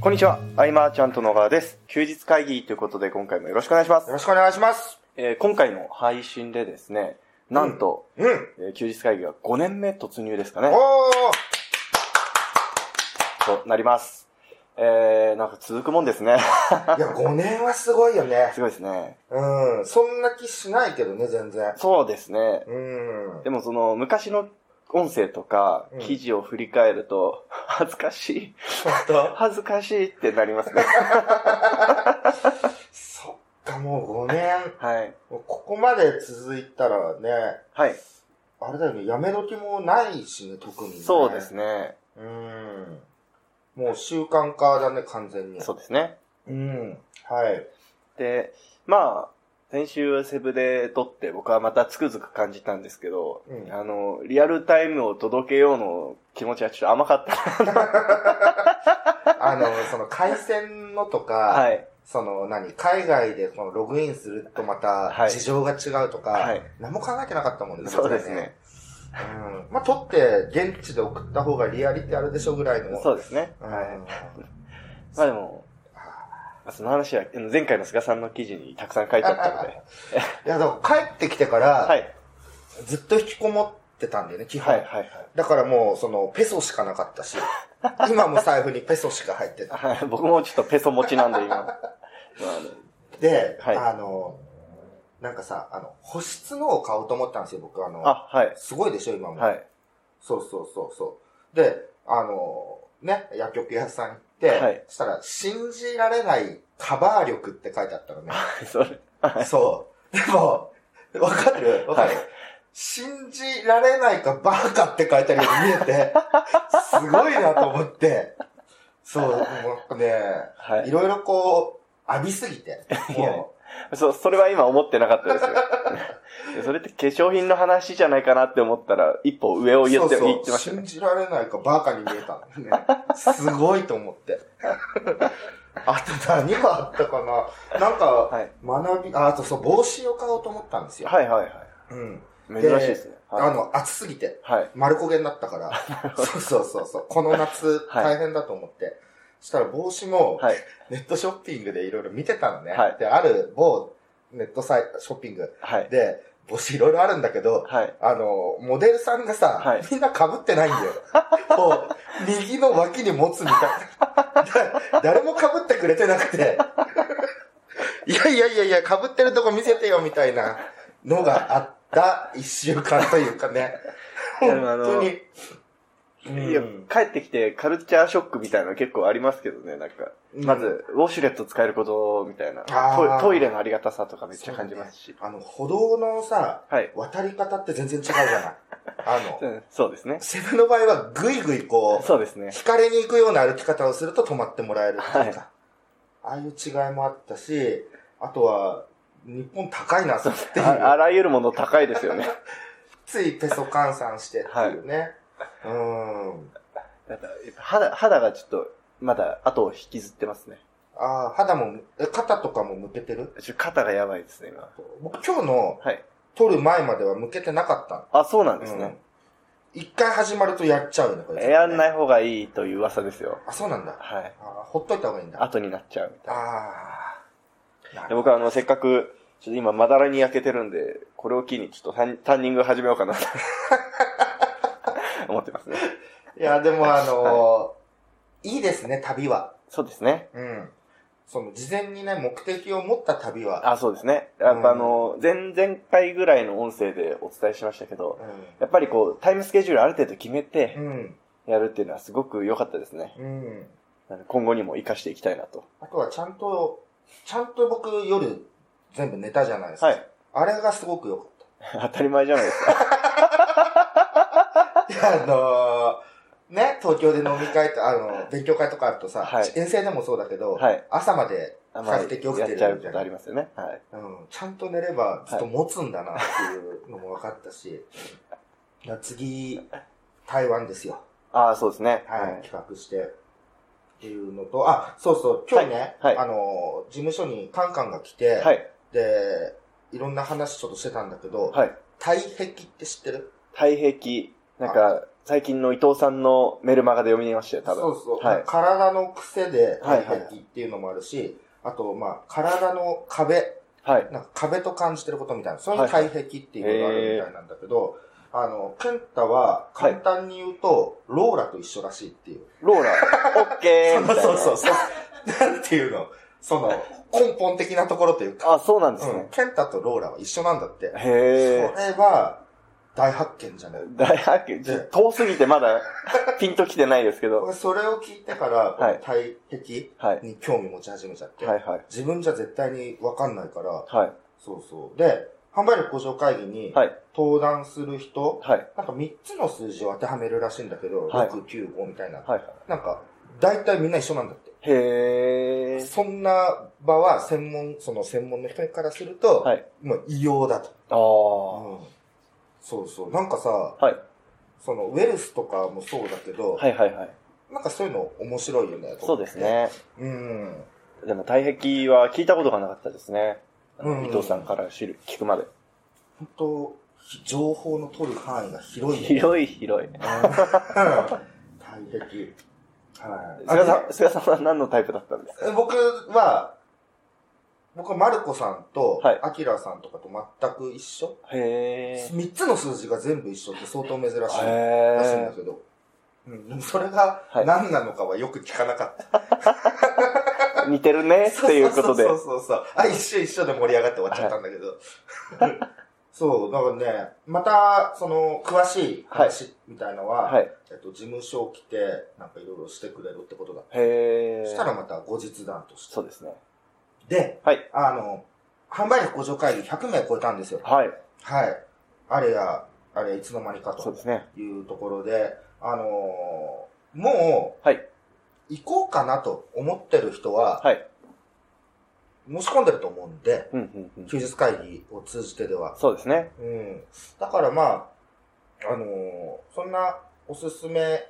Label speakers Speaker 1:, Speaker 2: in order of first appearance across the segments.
Speaker 1: こんにちは、アイマーちゃんと野川です。休日会議ということで今回もよろしくお願いします
Speaker 2: よ。ろしくお願いします。
Speaker 1: えー今回の配信でですね、なんと、
Speaker 2: うん。
Speaker 1: えー休日会議が5年目突入ですか
Speaker 2: お
Speaker 1: ね
Speaker 2: ー、
Speaker 1: となります。えー、なんか続くもんですね。
Speaker 2: いや、5年はすごいよね。
Speaker 1: すごいですね。
Speaker 2: うん。そんな気しないけどね、全然。
Speaker 1: そうですね。
Speaker 2: うん。
Speaker 1: でもその、昔の音声とか
Speaker 2: うん、
Speaker 1: 記事を振り返ると、 恥ずかしい、恥ずかしいってなります ね。
Speaker 2: そっか、もう5年。
Speaker 1: はい。
Speaker 2: もうここまで続いたらね、
Speaker 1: はい。
Speaker 2: あれだよね、やめ時もないしね、特に、ね。
Speaker 1: そうです
Speaker 2: ね。
Speaker 1: ね。
Speaker 2: うん。もう習慣化だね、完全に。
Speaker 1: そうですね。
Speaker 2: うん。はい。
Speaker 1: で、まあ、先週セブで撮って僕はまたつくづく感じたんですけど、
Speaker 2: うん
Speaker 1: あの、リアルタイムを届けようの気持ちはちょっと甘かった。
Speaker 2: あの、その、回線のとか、
Speaker 1: はい。
Speaker 2: その、何、海外でこのログインするとま
Speaker 1: は
Speaker 2: た
Speaker 1: い
Speaker 2: 事情が違うとか、
Speaker 1: はい
Speaker 2: 何も考えてなかったもんね。
Speaker 1: そうです
Speaker 2: 僕ら
Speaker 1: ね。。
Speaker 2: うん。まあ、撮って現地で送った方がリアリティあるでしょうぐらいの。。
Speaker 1: そううですね。
Speaker 2: ん、
Speaker 1: はい。まあでも、その話はあの前回の菅さんの記事にたくさん書いてあったので。
Speaker 2: いや、だから帰ってきてから、
Speaker 1: はい。
Speaker 2: ずっと引きこもってたんだよね、基本。
Speaker 1: はい、はい、はい。
Speaker 2: だからもう、その、ペソしかなかったし、 今も財布にペソしか入ってた。
Speaker 1: はい僕もちょっとペソ持ちなんで今。ま ああの
Speaker 2: で、
Speaker 1: はい
Speaker 2: あの、なんかさ、あの、保湿のを買おうと思ったんですよ、僕。あの、
Speaker 1: あ、はい。
Speaker 2: すごいでしょ、今も。
Speaker 1: はい。
Speaker 2: そうそうそうそう。で、あのね、薬局屋さん行って、
Speaker 1: はい
Speaker 2: そしたら、信じられないカバー力って書いてあったのね。
Speaker 1: それ。はい。
Speaker 2: そう。でも、わかるわかる、
Speaker 1: はい
Speaker 2: 信じられないかバーカって書いてあるように見えて、すごいなと思って。そう、もうなんかね、
Speaker 1: はいい。
Speaker 2: ろいろこう、浴びすぎて。
Speaker 1: いや
Speaker 2: も
Speaker 1: そう、それは今思ってなかった ですよで。それって化粧品の話じゃないかなって思ったら、一歩上を
Speaker 2: う、
Speaker 1: 言って
Speaker 2: そう
Speaker 1: 言って
Speaker 2: そう
Speaker 1: ました
Speaker 2: 信
Speaker 1: ね。
Speaker 2: じられないかバーカに見えたんね。 すごいと思って。あと何があったかななんか、
Speaker 1: はい。
Speaker 2: 学び、あ、あとそう、帽子を買おうと思ったんですよ。
Speaker 1: はいはいはい。
Speaker 2: うん。
Speaker 1: 珍しいですね。
Speaker 2: あ
Speaker 1: はい。
Speaker 2: の、暑すぎて、
Speaker 1: はい。
Speaker 2: 丸焦げになったから。そうそうそうそう。この夏、
Speaker 1: はい
Speaker 2: 大変だと思って。したら帽子も、
Speaker 1: はい。
Speaker 2: ネットショッピングでいろいろ見てたのね。
Speaker 1: はい
Speaker 2: で、ある某ネットサイト、ショッピング
Speaker 1: はい。
Speaker 2: で、帽子いろいろあるんだけど、
Speaker 1: はい。
Speaker 2: あの、モデルさんがさ、
Speaker 1: はい
Speaker 2: みんな被ってないん だよ。こう、右の脇に持つみたいな。だ 誰も被ってくれてなくて。 いやいやいやいや、被ってるとこ見せてよみたいなのがあった一週間というか ね。
Speaker 1: いや
Speaker 2: 本
Speaker 1: でもあの
Speaker 2: 当に。うん
Speaker 1: いや、帰ってきてカルチャーショックみたいなの結構ありますけどね、なんか。まず、ウォシュレット使えることみたいな。
Speaker 2: あ
Speaker 1: ト
Speaker 2: ー
Speaker 1: イトイレのありがたさとかめっちゃ感じますし。
Speaker 2: あの、歩道のさ、
Speaker 1: はい。
Speaker 2: 渡り方って全然違うじゃない。あ
Speaker 1: う
Speaker 2: の、
Speaker 1: んそうですね。
Speaker 2: セブンの場合はぐいぐいこう、
Speaker 1: そうですね。
Speaker 2: 惹かれに行くような歩き方をすると止まってもらえるっていうか、ああいう違いもあったし、あとは、日本高いなっていう、
Speaker 1: ああらゆるもの高いですよね。
Speaker 2: ついペソ換算してっていうね。うん。
Speaker 1: なんかやっぱ肌、肌がちょっと、まだ後を引きずってますね。
Speaker 2: ああ、肌も、え肩とかも向けてる
Speaker 1: ちょ肩がやばいですね、今。
Speaker 2: 僕今日の
Speaker 1: はい。
Speaker 2: 撮る前までは向けてなかった
Speaker 1: あ、そうなん
Speaker 2: の
Speaker 1: ですね。
Speaker 2: うん一回始まるとやっちゃうね、これ、。
Speaker 1: やんないい方がいいという噂ですよ。
Speaker 2: あ、そうなんだ。
Speaker 1: はい。
Speaker 2: あーほっといた方がいいんだ。あ
Speaker 1: 後になっちゃうみたいな。
Speaker 2: あー。な
Speaker 1: で
Speaker 2: るほ
Speaker 1: 僕はあの、せっかく、ちょっと今、まだらに焼けてるんで、これを機にちょっとタンタンニング始めようかなと 思ってますね。
Speaker 2: どいや、でもあのーいいですね、旅は。
Speaker 1: そうですね。
Speaker 2: うん。その事前にね、目的を持った旅は、
Speaker 1: あ、そうですね。やっぱあの、前々回ぐらいの音声でお伝えしましたけど、やっぱりこう、タイムスケジュールある程度決め
Speaker 2: う
Speaker 1: て
Speaker 2: ん。
Speaker 1: やるっていうのはすごく良かったですね。
Speaker 2: うん。うん。
Speaker 1: なので今後にも活かしていきたいなと。
Speaker 2: あとはちゃんと、ちゃんと僕夜全部寝たじゃないですか。
Speaker 1: はい。
Speaker 2: あれがすごく良かっ
Speaker 1: 当たり前じゃないです か。
Speaker 2: た。い や、あのーね、東京で飲み会と、あのー勉強会とかあるとさ、
Speaker 1: はい
Speaker 2: 遠征でもそうだけど、
Speaker 1: はい
Speaker 2: 朝まで比
Speaker 1: あまあ、や
Speaker 2: 較
Speaker 1: っ
Speaker 2: 的起
Speaker 1: ち
Speaker 2: きてる
Speaker 1: ゃう
Speaker 2: じ
Speaker 1: こ
Speaker 2: ゃ
Speaker 1: とあ
Speaker 2: な
Speaker 1: りますよね。はい。
Speaker 2: うん、ちゃんと寝ればずっと持つんだなっていうのも分かったし、 いや次、台湾ですよ。
Speaker 1: ああ、そうですね。
Speaker 2: はい、企画して。っていうのと、あ、そうそう、今日ね、
Speaker 1: はいはい
Speaker 2: あの、事務所にカンカンが来て、
Speaker 1: はい。はい。
Speaker 2: で、いろんな話ちょっとしてたんだけど、
Speaker 1: はい。
Speaker 2: 体壁って知ってる
Speaker 1: 体壁、なんか、最近の伊藤さんのメルマガで読みましたよ、多分。
Speaker 2: そうそう。
Speaker 1: はい。
Speaker 2: 体の癖で
Speaker 1: はい
Speaker 2: 体
Speaker 1: はい
Speaker 2: 壁っていうのもあるし、あと、まあ、体の壁、
Speaker 1: はい。
Speaker 2: なんか壁と感じてることみたいな、その体壁っていうのがあるみたいなんだけど、あの、ケンタは簡単に言うと、ローラと一緒らしいっていう。
Speaker 1: ローラ、オッケーみたいな。
Speaker 2: そうそう
Speaker 1: う。
Speaker 2: そう。なんていうの、その、根本的なところというか、
Speaker 1: あ、そうなんです
Speaker 2: うん
Speaker 1: ね。
Speaker 2: ケンタとローラは一緒なんだって。そ
Speaker 1: へ
Speaker 2: れ
Speaker 1: え。
Speaker 2: は、大発見じゃない。
Speaker 1: 大発見。ちょ 遠すぎてまだピンときてないですけ ど。
Speaker 2: 俺それを聞いてから、こ
Speaker 1: は
Speaker 2: の
Speaker 1: い
Speaker 2: 体壁
Speaker 1: はい。
Speaker 2: に興味持ち始めちゃって、
Speaker 1: はいはい。
Speaker 2: 自分じゃ絶対にわかんないから、
Speaker 1: はい。
Speaker 2: そうそう。で、販売力向上会議に
Speaker 1: はい。
Speaker 2: 登壇する人、
Speaker 1: はい。
Speaker 2: なんか3つの数字を当てはめるらしいんだけど、
Speaker 1: はい
Speaker 2: 6、9、5みたいな。
Speaker 1: はい。
Speaker 2: なんか、大体みんな一緒なんだって。
Speaker 1: へえ。
Speaker 2: そんな場は専門、その専門の人からすると、
Speaker 1: はい。
Speaker 2: もう異様だと。
Speaker 1: ああ。
Speaker 2: うんそうそう。なんかさ、
Speaker 1: はい。
Speaker 2: そのウェルスとかもそうだけど、
Speaker 1: はいはいはい。
Speaker 2: なんかそういうの面白いよね。
Speaker 1: そうです。ね。
Speaker 2: うん。
Speaker 1: でも、体壁は聞いたことがなかったですね。あの
Speaker 2: うん
Speaker 1: 伊藤さんから知る、聞くまで。
Speaker 2: 本当情報の取る範囲が広いよね。
Speaker 1: 広い広 い。
Speaker 2: 大敵。はい。
Speaker 1: 菅さん、菅さんは何のタイプだったんですか
Speaker 2: え僕は、僕はマルコさんと
Speaker 1: はい、
Speaker 2: アキラさんとかと全く一緒、
Speaker 1: へえ。
Speaker 2: 三 ?3 つの数字が全部一緒って相当珍しいらしいんだ
Speaker 1: へ
Speaker 2: けど。うん、でもそれが
Speaker 1: はい
Speaker 2: 何なのかはよく聞かなか った。
Speaker 1: え。似てるね、っていうことで。
Speaker 2: そうそうそうそう。あ、一緒一緒で盛り上がって終わっちゃったんだけ ど。そう、だからね、また、その、詳しい話みたいのは、
Speaker 1: はい。
Speaker 2: えっと、事務所を来て、なんかいろいろしてくれるってことだ。
Speaker 1: へえ。
Speaker 2: したらまた後日談として
Speaker 1: そうですね。
Speaker 2: で、
Speaker 1: はい
Speaker 2: あの、販売力向上会議100名超えたんですよ。
Speaker 1: はい。
Speaker 2: はい。あれや、あれいつの間にか
Speaker 1: そう
Speaker 2: と
Speaker 1: ですね。
Speaker 2: いうところで、あのーも
Speaker 1: はい。
Speaker 2: う行こうかなと思ってる人は、
Speaker 1: はい。
Speaker 2: 申し込んでると思うんで、
Speaker 1: うんうんうん。
Speaker 2: 休日会議を通じてでは。
Speaker 1: そうですね。
Speaker 2: うん。だからまあ、あのーそんなおすすめ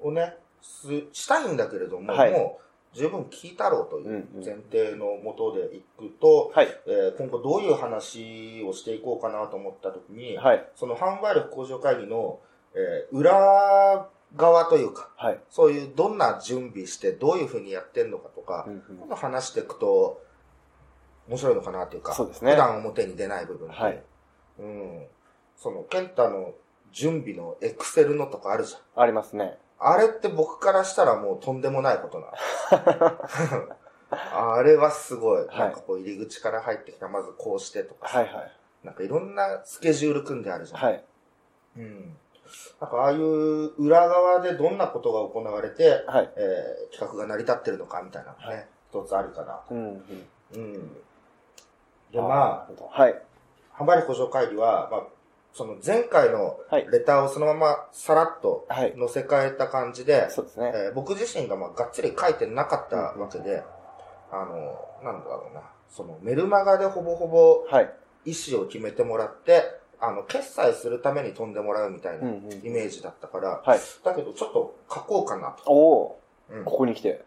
Speaker 2: をね、すしたいんだけれども、
Speaker 1: はい
Speaker 2: もう十分聞いたろうとい
Speaker 1: ん
Speaker 2: う
Speaker 1: うん
Speaker 2: 前提のもとで行くと、
Speaker 1: はい。
Speaker 2: えー今後どういう話をしていこうかなと思った時に、
Speaker 1: はい。
Speaker 2: その販売力向上会議の、えー裏側というか、
Speaker 1: はい。
Speaker 2: そういうどんな準備してどういうふうにやってんのかとか
Speaker 1: うん、う
Speaker 2: 今
Speaker 1: ん
Speaker 2: 度話していくと面白いのかなというか、
Speaker 1: そうですね
Speaker 2: 普段表に出ない部分とう
Speaker 1: はい
Speaker 2: うん。その、ケンタの準備のエクセルのとかあるじゃん。
Speaker 1: ありますね。
Speaker 2: あれって僕からしたらもうとんでもないことな の。あれはすご
Speaker 1: は
Speaker 2: い。
Speaker 1: い
Speaker 2: なんかこう入り口から入ってきた、まずこうしてとかさ、
Speaker 1: はいはい。
Speaker 2: なんかいろんなスケジュール組んであるじゃん。
Speaker 1: はい。
Speaker 2: うん。なんかああいう裏側でどんなことが行われて、
Speaker 1: はい。
Speaker 2: えー企画が成り立ってるのかみたいなのがね、
Speaker 1: は
Speaker 2: 一つあるかな。
Speaker 1: うんうん。
Speaker 2: うん。で、ま
Speaker 1: なるほどはい。
Speaker 2: あ、販売力向上会議は、まあ、その前回の
Speaker 1: はい。
Speaker 2: レターをそのままさらっと
Speaker 1: はい。
Speaker 2: 載せ替えた感じで、
Speaker 1: そうですね。
Speaker 2: えー僕自身がまあがっつり書いてなかったわけで、あの、なんだろうな、そのメルマガでほぼほぼ
Speaker 1: はい。
Speaker 2: 意思を決めてもらって、あの、決済するために飛んでもらうみたい
Speaker 1: うん
Speaker 2: な
Speaker 1: うん
Speaker 2: イメージだったから、
Speaker 1: はい。
Speaker 2: だけどちょっと書こうかなと。
Speaker 1: おお
Speaker 2: うん
Speaker 1: ー、ここに来て。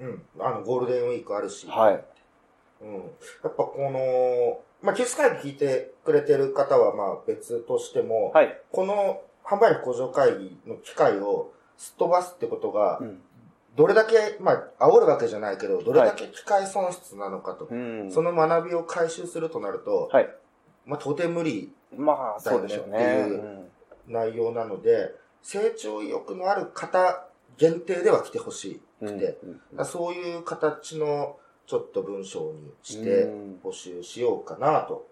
Speaker 2: うん。あの、ゴールデンウィークあるし、
Speaker 1: はい。
Speaker 2: うん。やっぱこの、まあ、休日会議聞いてくれてる方はまあ別としても、
Speaker 1: はい。
Speaker 2: この販売力向上会議の機会をすっ飛ばすってことが
Speaker 1: う、ん。
Speaker 2: どれだけ、まあ、煽るわけじゃないけど、どれだけ機械損失なのかと。
Speaker 1: うん。
Speaker 2: その学びを回収するとなると、
Speaker 1: はい。
Speaker 2: まあ、とて無理
Speaker 1: まあ、そうでしょうね。
Speaker 2: だよねっていう
Speaker 1: うん
Speaker 2: 内容なので、成長意欲のある方限定では来てほしい。
Speaker 1: うんうん
Speaker 2: でだからそういう形のちょっと文章にして
Speaker 1: うん
Speaker 2: 募集しようかなと。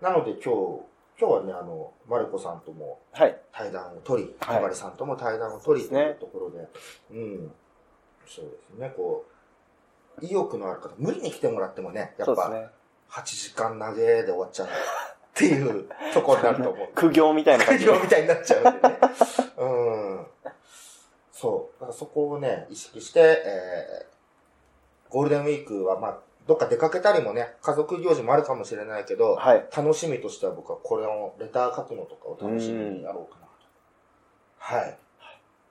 Speaker 2: なので今日、今日はね、あの、マルコさんとも
Speaker 1: はい。
Speaker 2: 対談を取り、
Speaker 1: はい
Speaker 2: はばりさんとも対談を取り
Speaker 1: そ
Speaker 2: と
Speaker 1: うです
Speaker 2: いう
Speaker 1: ね
Speaker 2: ところで、うん。そうですね、こう、意欲のある方、無理に来てもらってもね、や
Speaker 1: そ
Speaker 2: っ
Speaker 1: うです
Speaker 2: ぱ、
Speaker 1: ね。
Speaker 2: 8時間投げで終わっちゃうっていうところになると思う。
Speaker 1: 苦行みたいな感
Speaker 2: 会
Speaker 1: じ
Speaker 2: 場
Speaker 1: で。
Speaker 2: みたいになっちゃうんでね。 うん。そう。だからそこをね、意識して、えー、ゴールデンウィークは、まあ、どっか出かけたりもね、家族行事もあるかもしれないけど、
Speaker 1: はい。
Speaker 2: 楽しみとしては僕はこれのレター書くのとかを楽しみにやろうかなと。はい。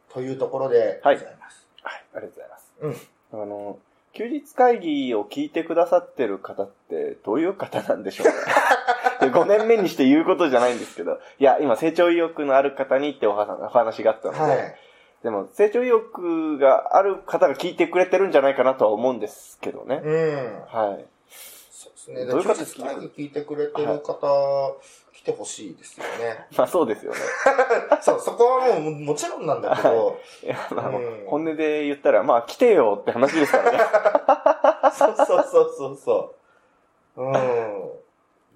Speaker 2: というところで
Speaker 1: は
Speaker 2: ご
Speaker 1: い
Speaker 2: ざいます。
Speaker 1: はい、ありがとうございます。
Speaker 2: うん
Speaker 1: あの、休日会議を聞いてくださってる方って、どういう方なんでしょう かで ?5 年目にして言うことじゃないんですけど、いや、今、成長意欲のある方にってお話お話があったので、
Speaker 2: はい。
Speaker 1: でも、成長意欲がある方が聞いてくれてるんじゃないかなとは思うんですけどね。
Speaker 2: うん。
Speaker 1: はい。
Speaker 2: そうですね。
Speaker 1: どういう
Speaker 2: か
Speaker 1: 形
Speaker 2: 会議聞いてくれてる方、来てほしいですよね。
Speaker 1: まあ、そうですよね。
Speaker 2: そう、そこはもう、もちろんなんだけど、
Speaker 1: いや まあ
Speaker 2: うん
Speaker 1: 本音で言ったら、まあ、来てよって話です からね。
Speaker 2: そうそうそうそうそう。うん。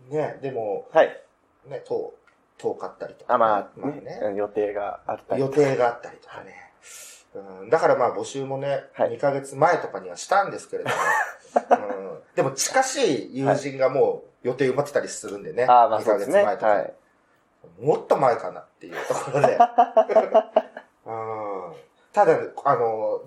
Speaker 2: ね、でも、
Speaker 1: はい。
Speaker 2: ね、遠、遠かったりとか。
Speaker 1: あ、まあ、
Speaker 2: まあ
Speaker 1: ね
Speaker 2: ね。
Speaker 1: 予定があったり
Speaker 2: 予
Speaker 1: とか。
Speaker 2: 定があったりとかね。うん、だからまあ募集もね、
Speaker 1: はい
Speaker 2: 2ヶ月前とかにはしたんですけれども、うん、でも近しい友人がもう予定埋まってたりするんでね、
Speaker 1: ああ、まあ
Speaker 2: 2
Speaker 1: そう
Speaker 2: ヶ
Speaker 1: です
Speaker 2: 月
Speaker 1: ね。
Speaker 2: 前とか、
Speaker 1: はい。
Speaker 2: もっと前かなっていうところで。うん、ただ、あの、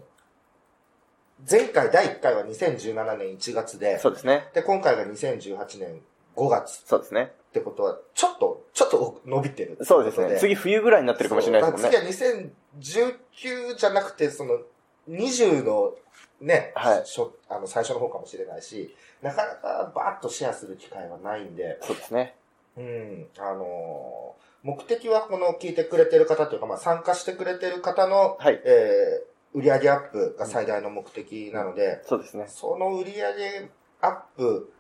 Speaker 2: 前回第1回は2017年1月で、
Speaker 1: そうですね。
Speaker 2: で今回が2018年5月
Speaker 1: そうですね。
Speaker 2: ってことは、ちょっと、ちょっと伸びてるってこと
Speaker 1: そうですね。次冬ぐらいになってるかもしれないですもんね。
Speaker 2: そうだから次は2019じゃなくて、その、20のね、
Speaker 1: はい
Speaker 2: しょあの最初の方かもしれないし、なかなかバーッとシェアする機会はないんで、
Speaker 1: そうですね。
Speaker 2: うん、あのー目的はこの聞いてくれてる方というか、まあ参加してくれてる方の、
Speaker 1: はい。
Speaker 2: えー売上アップが最大の目的なので、
Speaker 1: そうですね。
Speaker 2: その売上アップ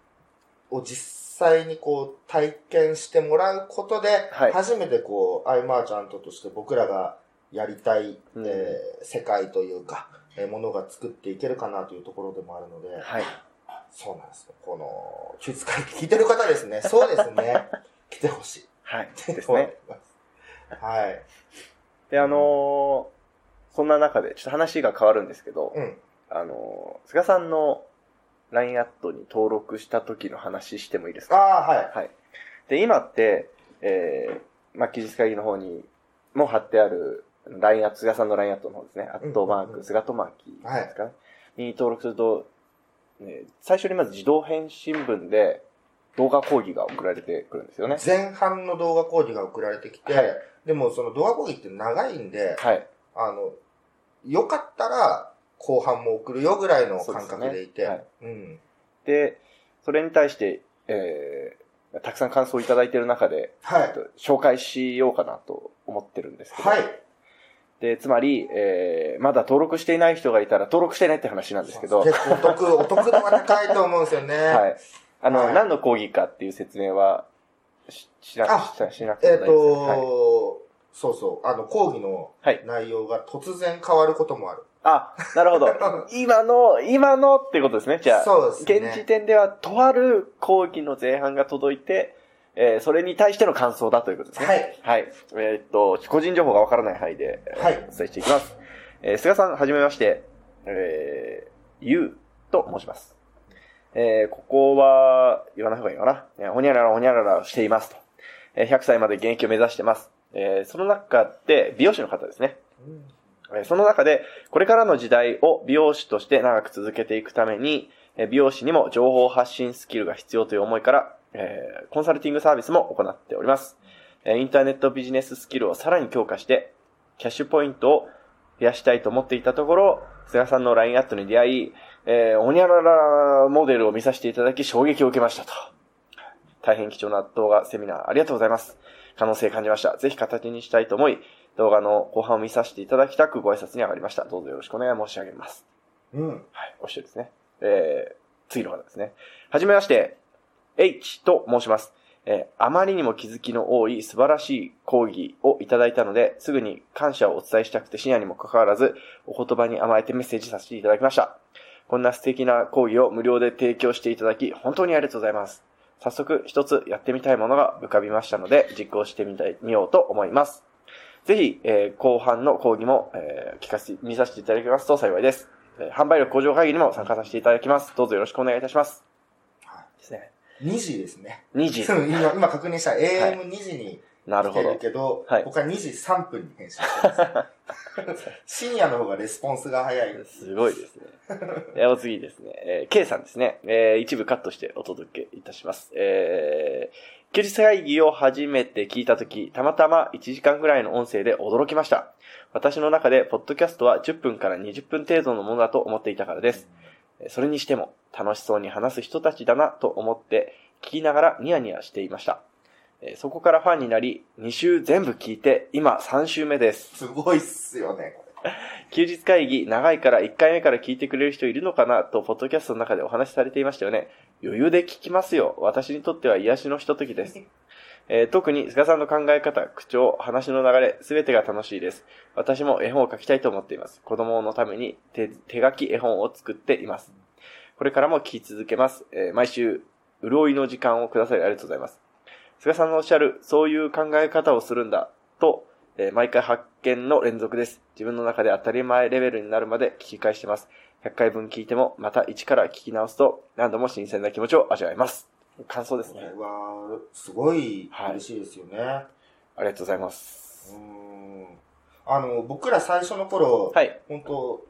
Speaker 2: を実際にこう体験してもらうことで、
Speaker 1: はい
Speaker 2: 初めてこう、アイマーチャントとして僕らがやりたい、
Speaker 1: うん
Speaker 2: えー世界というか、えーものが作っていけるかなというところでもあるので、
Speaker 1: はい。
Speaker 2: そうなんですよ。この、休日会議聞いてる方で すね。そうですね。来てほしい。
Speaker 1: はい。です
Speaker 2: そう思い
Speaker 1: ね。
Speaker 2: ますはい。
Speaker 1: で、あのーそんな中で、ちょっと話が変わるんですけど、
Speaker 2: うん。
Speaker 1: あのー菅さんの LINE アットに登録した時の話してもいいです
Speaker 2: あ
Speaker 1: か
Speaker 2: あ、はい。
Speaker 1: はい。で、今って、えー、まあ、記述会議の方にも貼ってある、LINE アット、菅さんの LINE アットの方ですね。アットマー
Speaker 2: うんうんう
Speaker 1: ク、
Speaker 2: ん
Speaker 1: 菅とマーキー
Speaker 2: はい
Speaker 1: ですかね。に登録すると、ね、最初にまず自動返信文で動画講義が送られてくるんですよね。
Speaker 2: 前半の動画講義が送られてきて、
Speaker 1: はい
Speaker 2: でもその動画講義って長いんで、
Speaker 1: はい。
Speaker 2: あの、よかったら後半も送るよぐらいの感覚でいて、
Speaker 1: そう
Speaker 2: うん。
Speaker 1: で、それに対して、えー、たくさん感想をいただいている中で、
Speaker 2: はい
Speaker 1: えっ。と紹介しようかなと思ってるんですけど。
Speaker 2: はい。
Speaker 1: で、つまり、えー、まだ登録していない人がいたら登録してねって話なんですけど、
Speaker 2: 結構お得、お得度が高いと思うんですよ ね。
Speaker 1: はい。あの、
Speaker 2: はい
Speaker 1: 何の講義かっていう説明はししな
Speaker 2: あ
Speaker 1: ししなくて
Speaker 2: え
Speaker 1: も
Speaker 2: っ、
Speaker 1: 大
Speaker 2: と
Speaker 1: 丈夫です、はい
Speaker 2: そうそう、あの、講義の
Speaker 1: はい
Speaker 2: 内容が突然変わることもある。
Speaker 1: あ、なるほど。 今の、今のってことですね。じゃあ、
Speaker 2: そうですね。
Speaker 1: 現時点ではとある講義の前半が届いて、えー、それに対しての感想だということですね。
Speaker 2: はい。
Speaker 1: はい。えーっと、個人情報がわからない範囲で、えー
Speaker 2: はい
Speaker 1: お伝えしていきます。えー、菅さん、はじめまして、えー、ゆうと申します。えー、ここは、言わない方がいいのかな。えーほにゃららほにゃららしていますと。えー、100歳まで現役を目指してます。えー、その中で、美容師の方ですね。
Speaker 2: うん
Speaker 1: えーその中で、これからの時代を美容師として長く続けていくために、えー美容師にも情報発信スキルが必要という思いから、えーコンサルティングサービスも行っております。えーインターネットビジネススキルをさらに強化して、キャッシュポイントを増やしたいと思っていたところ、菅さんの LINE アットに出会い、えー、おにゃららモデルを見させていただき衝撃を受けましたと。大変貴重な動画、セミナーありがとうございます。可能性感じました。ぜひ形にしたいと思い、動画の後半を見させていただきたくご挨拶に上がりました。どうぞよろしくお願い申し上げます。
Speaker 2: うん。
Speaker 1: はい、お一人ですね。えー、次の方ですね。はじめまして、H と申します。えー、あまりにも気づきの多い素晴らしい講義をいただいたので、すぐに感謝をお伝えしたくて深夜にもかかわらず、お言葉に甘えてメッセージさせていただきました。こんな素敵な講義を無料で提供していただき、本当にありがとうございます。早速、一つやってみたいものが浮かびましたので、実行してみたい、見ようと思います。ぜひ、えー後半の講義も、えー聞かせて、見させていただきますと幸いです。えー販売力向上会議にも参加させていただきます。どうぞよろしくお願いいたします。
Speaker 2: は
Speaker 1: ですね。
Speaker 2: 2時ですね。
Speaker 1: 2時。
Speaker 2: 今、今確認した。AM2 時に
Speaker 1: なる
Speaker 2: 来
Speaker 1: ほ
Speaker 2: てる
Speaker 1: ど。
Speaker 2: けど、
Speaker 1: はい
Speaker 2: 僕は2時3分に返信し てます。深夜の方がレスポンスが早いです。
Speaker 1: すごいですね。えーお次ですね。えー K さんですね。えー一部カットしてお届けいたします。えー、休日会議を初めて聞いたとき、たまたま1時間ぐらいの音声で驚きました。私の中で、ポッドキャストは10分から20分程度のものだと思っていたからです。えーそれにしても楽しそうに話す人たちだなと思って聞きながらニヤニヤしていました。えーそこからファンになり、2週全部聞いて、今3週目です。
Speaker 2: すごいっすよね、こ
Speaker 1: 休日会議、長いから1回目から聞いてくれる人いるのかなと、ポッドキャストの中でお話しされていましたよね。余裕で聞きますよ。私にとっては癒しのひとときです。えー特に、菅さんの考え方、口調、話の流れ、すべてが楽しいです。私も絵本を書きたいと思っています。子供のために手手書き絵本を作っています。これからも聞き続けます。えー毎週、潤いの時間をくださりありがとうございます。菅さんのおっしゃる、そういう考え方をするんだ、と、えー毎回発見の連続です。自分の中で当たり前レベルになるまで聞き返してます。100回分聞いても、また一から聞き直すと、何度も新鮮な気持ちを味わえます。感想です
Speaker 2: れ。これ
Speaker 1: ね。
Speaker 2: は、すごい
Speaker 1: はい
Speaker 2: 嬉しいですよね。
Speaker 1: ありがとうございます。
Speaker 2: うーん。あの、僕ら最初の頃、
Speaker 1: はい。
Speaker 2: 本当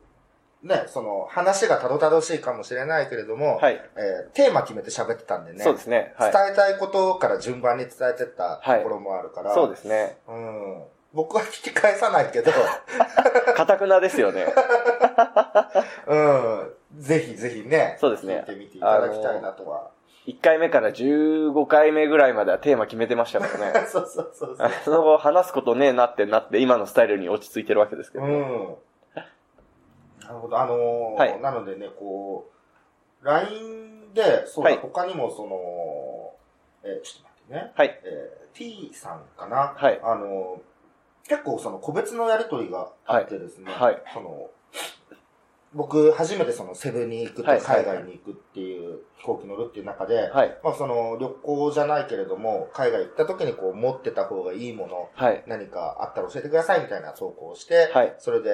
Speaker 2: ね、その、話がたどたどしいかもしれないけれども、
Speaker 1: はい。
Speaker 2: えーテーマ決めて喋ってたんでね。
Speaker 1: そうですね。はい。
Speaker 2: 伝えたいことから順番に伝えてったところもあるから、
Speaker 1: そうですね。
Speaker 2: うん。僕は聞き返さないけど、
Speaker 1: かたくなですよ ね。
Speaker 2: うん。ぜひぜひね、
Speaker 1: そうですね
Speaker 2: 聞いてみていただきたいなとは。
Speaker 1: 1回目から15回目ぐらいまではテーマ決めてましたからね。
Speaker 2: そうそうそうそう。
Speaker 1: その後話すことねえなってなって、今のスタイルに落ち着いてるわけですけ
Speaker 2: う
Speaker 1: ど。
Speaker 2: ん。なるほど。あのー
Speaker 1: はい
Speaker 2: なのでね、こう、LINE で、そうだ、
Speaker 1: はい
Speaker 2: 他にもその、えーちょっと待ってね。
Speaker 1: はい。
Speaker 2: えー T さんかな。
Speaker 1: はい
Speaker 2: あのー結構その個別のやりとりがあってですね、
Speaker 1: はいはい
Speaker 2: その、僕、初めてそのセブンに行くと
Speaker 1: はい
Speaker 2: 海外に行くっていう、飛行機乗るっていう中で、
Speaker 1: はい。
Speaker 2: まあその旅行じゃないけれども、海外行った時にこう持ってた方がいいもの、
Speaker 1: はい。
Speaker 2: 何かあったら教えてくださいみたいな投稿をして、
Speaker 1: はい。
Speaker 2: それで、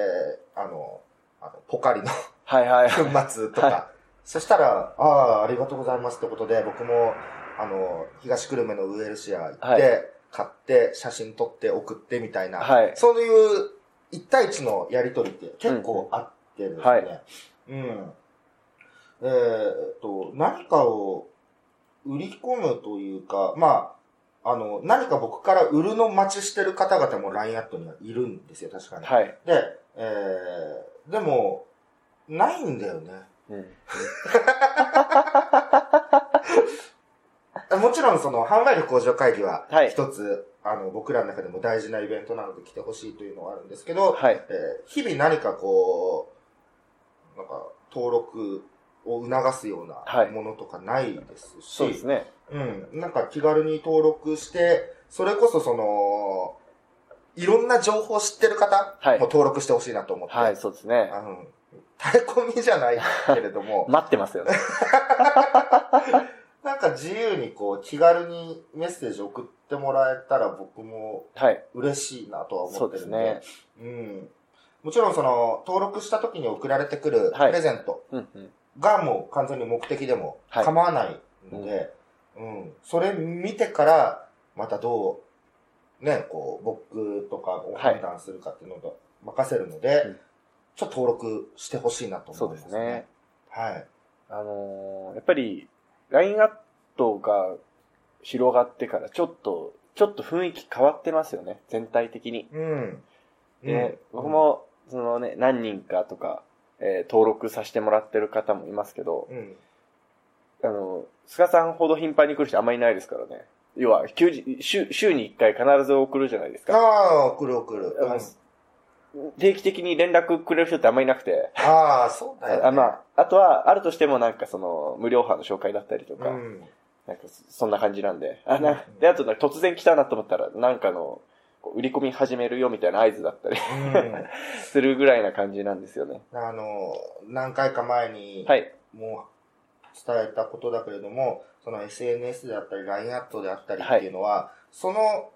Speaker 2: あの、あのポカリの
Speaker 1: はい。はい。
Speaker 2: 粉末とか、
Speaker 1: は
Speaker 2: そしたら、ああ、ありがとうございますってことで、僕も、あの、東久留米のウエルシア行って、
Speaker 1: はい
Speaker 2: 買って、写真撮って送ってみたいな、
Speaker 1: はい
Speaker 2: そういう一対一のやりとりって結構あってですね、
Speaker 1: は
Speaker 2: うん。えーっと、何かを売り込むというか、まあ、あの、何か僕から売るの待ちしてる方々も LINE アットにはいるんですよ、確かに。
Speaker 1: はい。
Speaker 2: で、えー、でも、ないんだよね。
Speaker 1: うん。
Speaker 2: もちろんその、販売力向上会議は
Speaker 1: は、い
Speaker 2: 一つ、あの、僕らの中でも大事なイベントなので来てほしいというのはあるんですけど、
Speaker 1: はい。
Speaker 2: えー日々何かこう、なんか、登録を促すよう
Speaker 1: は
Speaker 2: ないものとかないですし、
Speaker 1: そうですね。
Speaker 2: うん、なんか気軽に登録して、それこそその、いろんな情報を知ってる方
Speaker 1: はい
Speaker 2: も登録してほしいなと思って、
Speaker 1: はい、そうですね。
Speaker 2: あの、垂れ込みじゃないけれ ども、
Speaker 1: 待ってますよね。
Speaker 2: なんか自由にこう気軽にメッセージ送ってもらえたら僕も
Speaker 1: はい。
Speaker 2: 嬉しいなとは
Speaker 1: そ
Speaker 2: 思っ
Speaker 1: うで
Speaker 2: てる
Speaker 1: す
Speaker 2: んで、
Speaker 1: ね。
Speaker 2: うん。もちろんその、登録した時に送られてくる
Speaker 1: はい
Speaker 2: プレゼント
Speaker 1: うんうん。
Speaker 2: がもう完全に目的でも
Speaker 1: はい
Speaker 2: 構わないので、うん。それ見てから、またどう、ね、こう、僕とかを判断するかっていうのと任せるので、
Speaker 1: うん
Speaker 2: ちょっと登録してほしいなと
Speaker 1: そ
Speaker 2: 思
Speaker 1: う
Speaker 2: いま
Speaker 1: ですすね。。
Speaker 2: はい。
Speaker 1: あのーやっぱり、ラインアットが広がってから、ちょっと、ちょっと雰囲気変わってますよね。全体的に。
Speaker 2: うん。
Speaker 1: で、僕も、そのね、何人かとか、えー登録させてもらってる方もいますけど、
Speaker 2: うん、
Speaker 1: あの、菅さんほど頻繁に来る人あんまりいないですからね。要は、休日、週、週に1回必ず送るじゃないです
Speaker 2: あ
Speaker 1: か。
Speaker 2: あ、送る送る。
Speaker 1: だから定期的に連絡くれる人ってあんまりいなくて。
Speaker 2: ああ、そうだよ、ね。
Speaker 1: あまあ、あとは、あるとしてもなんかその、無料派の紹介だったりとか、
Speaker 2: うん。
Speaker 1: なんかそそんな感じなんで。あな
Speaker 2: うん
Speaker 1: で、あとなんか突然来たなと思ったら、なんかの、こう売り込み始めるよみたいな合図だったり
Speaker 2: うん、
Speaker 1: するぐらいな感じなんですよね。
Speaker 2: あの、何回か前に、
Speaker 1: はい。
Speaker 2: もう伝えたことだけれども、その SNS であったり、LINE アットであったりっ
Speaker 1: はい
Speaker 2: ていうのは、その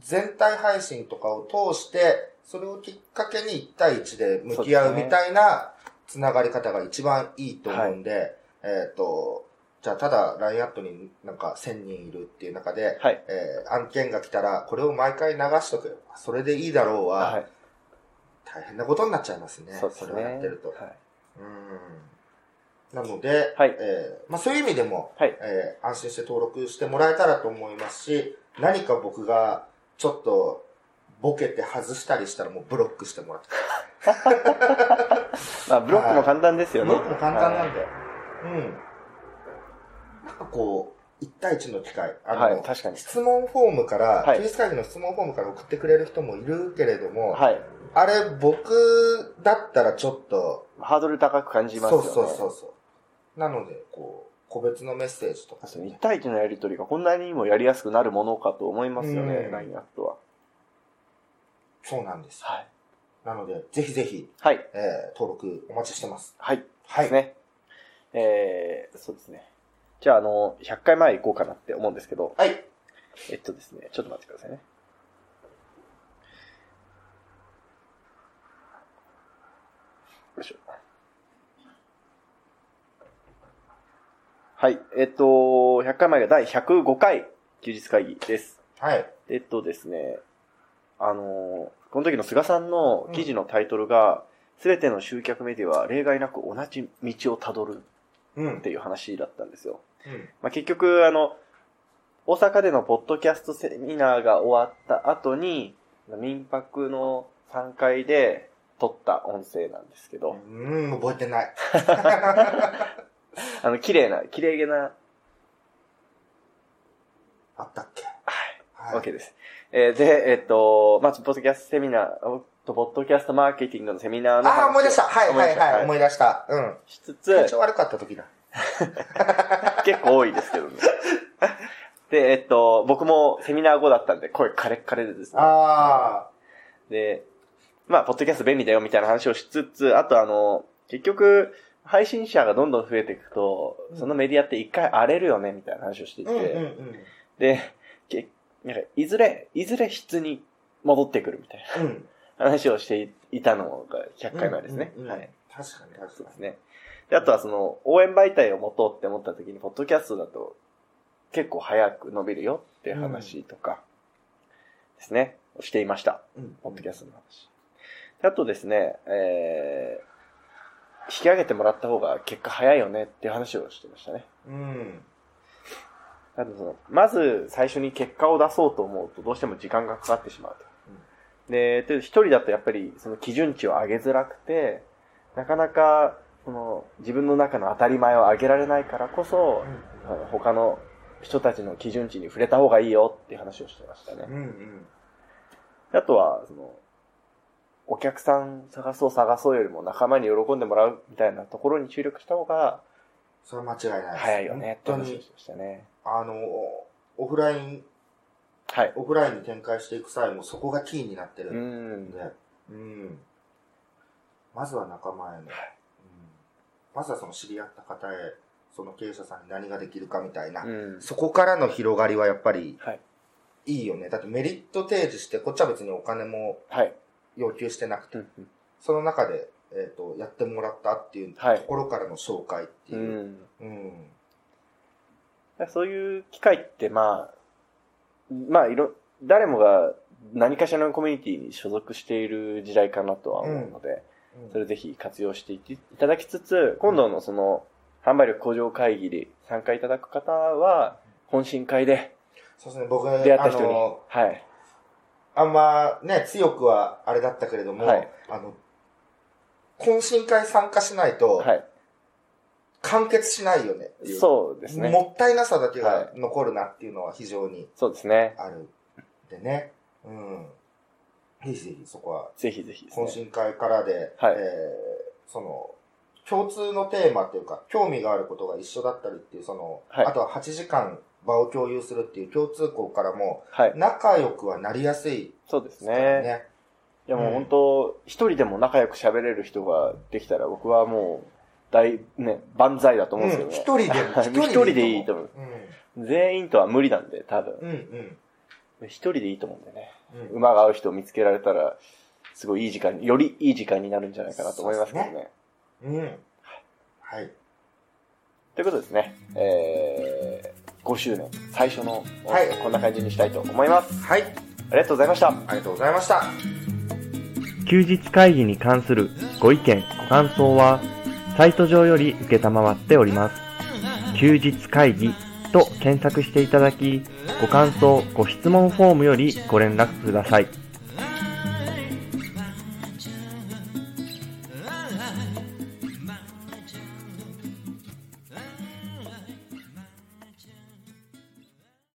Speaker 2: 全体配信とかを通して、それをきっかけに1対1で向き合
Speaker 1: そううですね
Speaker 2: みたいなつながり方が一番いいと思うんで、えっ、と、じゃあただ LINE アットになんか1000人いるっていう中で、
Speaker 1: はい。
Speaker 2: えー案件が来たら、これを毎回流しとくよ。それでいいだろうは、
Speaker 1: はい。
Speaker 2: 大変なことになっちゃいますね。
Speaker 1: そうですね。
Speaker 2: れをやってると。
Speaker 1: はい。
Speaker 2: うん。なので、
Speaker 1: はい
Speaker 2: えーまあ、そういう意味でも、
Speaker 1: はい
Speaker 2: えー安心して登録してもらえたらと思いますし、何か僕がちょっとボケて外したりしたらもうブロックしてもらって。
Speaker 1: まあ、ブロックも簡単ですよね。
Speaker 2: ブロックも簡単な
Speaker 1: はい
Speaker 2: んだよ。うん。なんかこう、1対1の機会。あの、
Speaker 1: はい確かに
Speaker 2: 質問フォームから、
Speaker 1: はい
Speaker 2: 休日会議の質問フォームから送ってくれる人もいるけれども、
Speaker 1: はい。
Speaker 2: あれ、僕だったらちょっと、
Speaker 1: ハードル高く感じます
Speaker 2: そ
Speaker 1: よ
Speaker 2: う
Speaker 1: ね。
Speaker 2: そうそうそう。なので、こう、個別のメッセージとか
Speaker 1: 確かに1対1のやりとりがこんなにもやりやすくなるものかと思いますよね
Speaker 2: う、ん
Speaker 1: ラインナップは。
Speaker 2: そうなんです。
Speaker 1: はい。
Speaker 2: なので、ぜひぜひ、
Speaker 1: はい。
Speaker 2: えー登録お待ちしてます。
Speaker 1: はい。
Speaker 2: は
Speaker 1: ですね。えー、そうですね。じゃあ、あの、100回前行こうかなって思うんですけど、
Speaker 2: はい。
Speaker 1: えっとですね、ちょっと待ってくださいね。よいしょ。はい。えっと、100回前が第105回休日会議です。
Speaker 2: はい。
Speaker 1: えっとですね、あのーこの時の菅さんの記事のタイトルが、すべ、ての集客メディアは例外なく同じ道をたどる
Speaker 2: うん。
Speaker 1: っていう話だったんですよ。
Speaker 2: うん
Speaker 1: まあ、結局、あの、大阪でのポッドキャストセミナーが終わった後に、民泊の3階で撮った音声なんですけど、
Speaker 2: うん、覚えてない。
Speaker 1: あの、綺麗な、綺麗げな
Speaker 2: あったっけはい。
Speaker 1: わけです。えーで、えっと、まあ、ポッドキャストセミナー、あとポッドキャストマーケティングのセミナーの話を
Speaker 2: ああ、思い出した。はい
Speaker 1: 思い
Speaker 2: は
Speaker 1: 出し
Speaker 2: い
Speaker 1: た
Speaker 2: はい。思い出した。うん。
Speaker 1: しつつ、
Speaker 2: 体調悪かった時だ。
Speaker 1: 結構多いですけ どね。で、えっと、僕もセミナー後だったんで、声カレッカレでですね。
Speaker 2: あ
Speaker 1: で、まあ、ポッドキャスト便利だよみたいな話をしつつ、あとあの、結局、配信者がどんどん増えていくと、そのメディアって一回荒れるよね、みたいな話をしてい
Speaker 2: あ。
Speaker 1: て、
Speaker 2: うんうんうん。
Speaker 1: で、けなんかいずれ、いずれ質に戻ってくるみたい
Speaker 2: うん。
Speaker 1: な 話をしていたのが100回前ですね。
Speaker 2: うんうんうん
Speaker 1: はい。
Speaker 2: 確かに確
Speaker 1: そう
Speaker 2: か
Speaker 1: ですね。で、あとはその、応援媒体を持とうって思った時に、ポッドキャストだと、結構早く伸びるよっていう話とか、ですね、をしていました。
Speaker 2: に。うん。
Speaker 1: ポッドキャストの話。であとですね、えー、引き上げてもらった方が結果早いよねっていう話をしてましたね。
Speaker 2: うん。
Speaker 1: あとその、まず最初に結果を出そうと思うと、どうしても時間がかかってしまうと。で、という一人だとやっぱりその基準値を上げづらくて、なかなかその自分の中の当たり前を上げられないからこそ、あの他の人たちの基準値に触れた方がいいよっていう話をしてました
Speaker 2: うん
Speaker 1: ね。
Speaker 2: うん。
Speaker 1: あとは、その、お客さん探そう探そうよりも仲間に喜んでもらうみたいなところに注力した方が
Speaker 2: それは間違いないです。
Speaker 1: 早いよねって
Speaker 2: 本当
Speaker 1: 話を
Speaker 2: に
Speaker 1: し、ましたね。
Speaker 2: あの、オフライン、
Speaker 1: はい。
Speaker 2: オフラインに展開していく際もそこがキーになってる
Speaker 1: う。ん。
Speaker 2: ね。うん。まずは仲間への、うん。まずはその知り合った方へ、その経営者さんに何ができるかみたいな、
Speaker 1: うん。
Speaker 2: そこからの広がりはやっぱり
Speaker 1: はい。
Speaker 2: いいよね。だってメリット提示して、こっちは別にお金も
Speaker 1: はい。
Speaker 2: 要求してなく
Speaker 1: う
Speaker 2: て、
Speaker 1: んうん
Speaker 2: その中で、えっ、と、やってもらったっていうと
Speaker 1: はい
Speaker 2: ころからの紹介って
Speaker 1: う
Speaker 2: いう。
Speaker 1: ん。
Speaker 2: うん。
Speaker 1: だからそういう機会って、まあ、まあ、いろ、誰もが何かしらのコミュニティに所属している時代かなとは思うので、
Speaker 2: うん
Speaker 1: それぜひ活用していっていただきつつ、今度のその、販売力向上会議で参加いただく方は、懇親会で
Speaker 2: そうですね、僕、
Speaker 1: 出会った人
Speaker 2: あ
Speaker 1: に
Speaker 2: の、、
Speaker 1: はい。
Speaker 2: あんまね、強くはあれだったけれども、
Speaker 1: はい
Speaker 2: あの、懇親会参加しないと、
Speaker 1: はい。
Speaker 2: 完結しないよねっていう。
Speaker 1: そうですね。
Speaker 2: もったいなさだけが残るなっていうのは非常に
Speaker 1: そうですね。
Speaker 2: ある。でね。うん。ぜひぜひそこは、
Speaker 1: ぜひぜひです
Speaker 2: 懇
Speaker 1: ね。
Speaker 2: 親会からで、
Speaker 1: はい
Speaker 2: えーその、共通のテーマというか、興味があることが一緒だったりっていう、その、
Speaker 1: はい
Speaker 2: あとは8時間場を共有するっていう共通項からも、
Speaker 1: はい。
Speaker 2: 仲良くはなりやすい
Speaker 1: そうです
Speaker 2: から
Speaker 1: ね。
Speaker 2: ね。
Speaker 1: いやもううん本当、一人でも仲良く喋れる人ができたら、僕はもう、大、ね、万歳だと
Speaker 2: う
Speaker 1: 思うん
Speaker 2: ん
Speaker 1: ですけどね。
Speaker 2: 一人で、
Speaker 1: 一人でいいと思う。全員とは無理なんで、多
Speaker 2: う
Speaker 1: 分。
Speaker 2: ん、うん、
Speaker 1: 一人でいいと思うんでね。
Speaker 2: うん。うん
Speaker 1: 馬が合う人を見つけられたら、すごいいい時間に、よりいい時間になるんじゃないかなと思いますけど
Speaker 2: そうで
Speaker 1: ね。
Speaker 2: うん。はい。
Speaker 1: ということですね、えー、5周年、最初の、
Speaker 2: はい
Speaker 1: こんな感じにしたいと思います。
Speaker 2: はい。
Speaker 1: ありがとうございました。
Speaker 2: ありがとうございました。
Speaker 1: 休日会議に関するご意見、ご感想は、サイト上より受けたまわっております。休日会議と検索していただき、ご感想、ご質問フォームよりご連絡ください。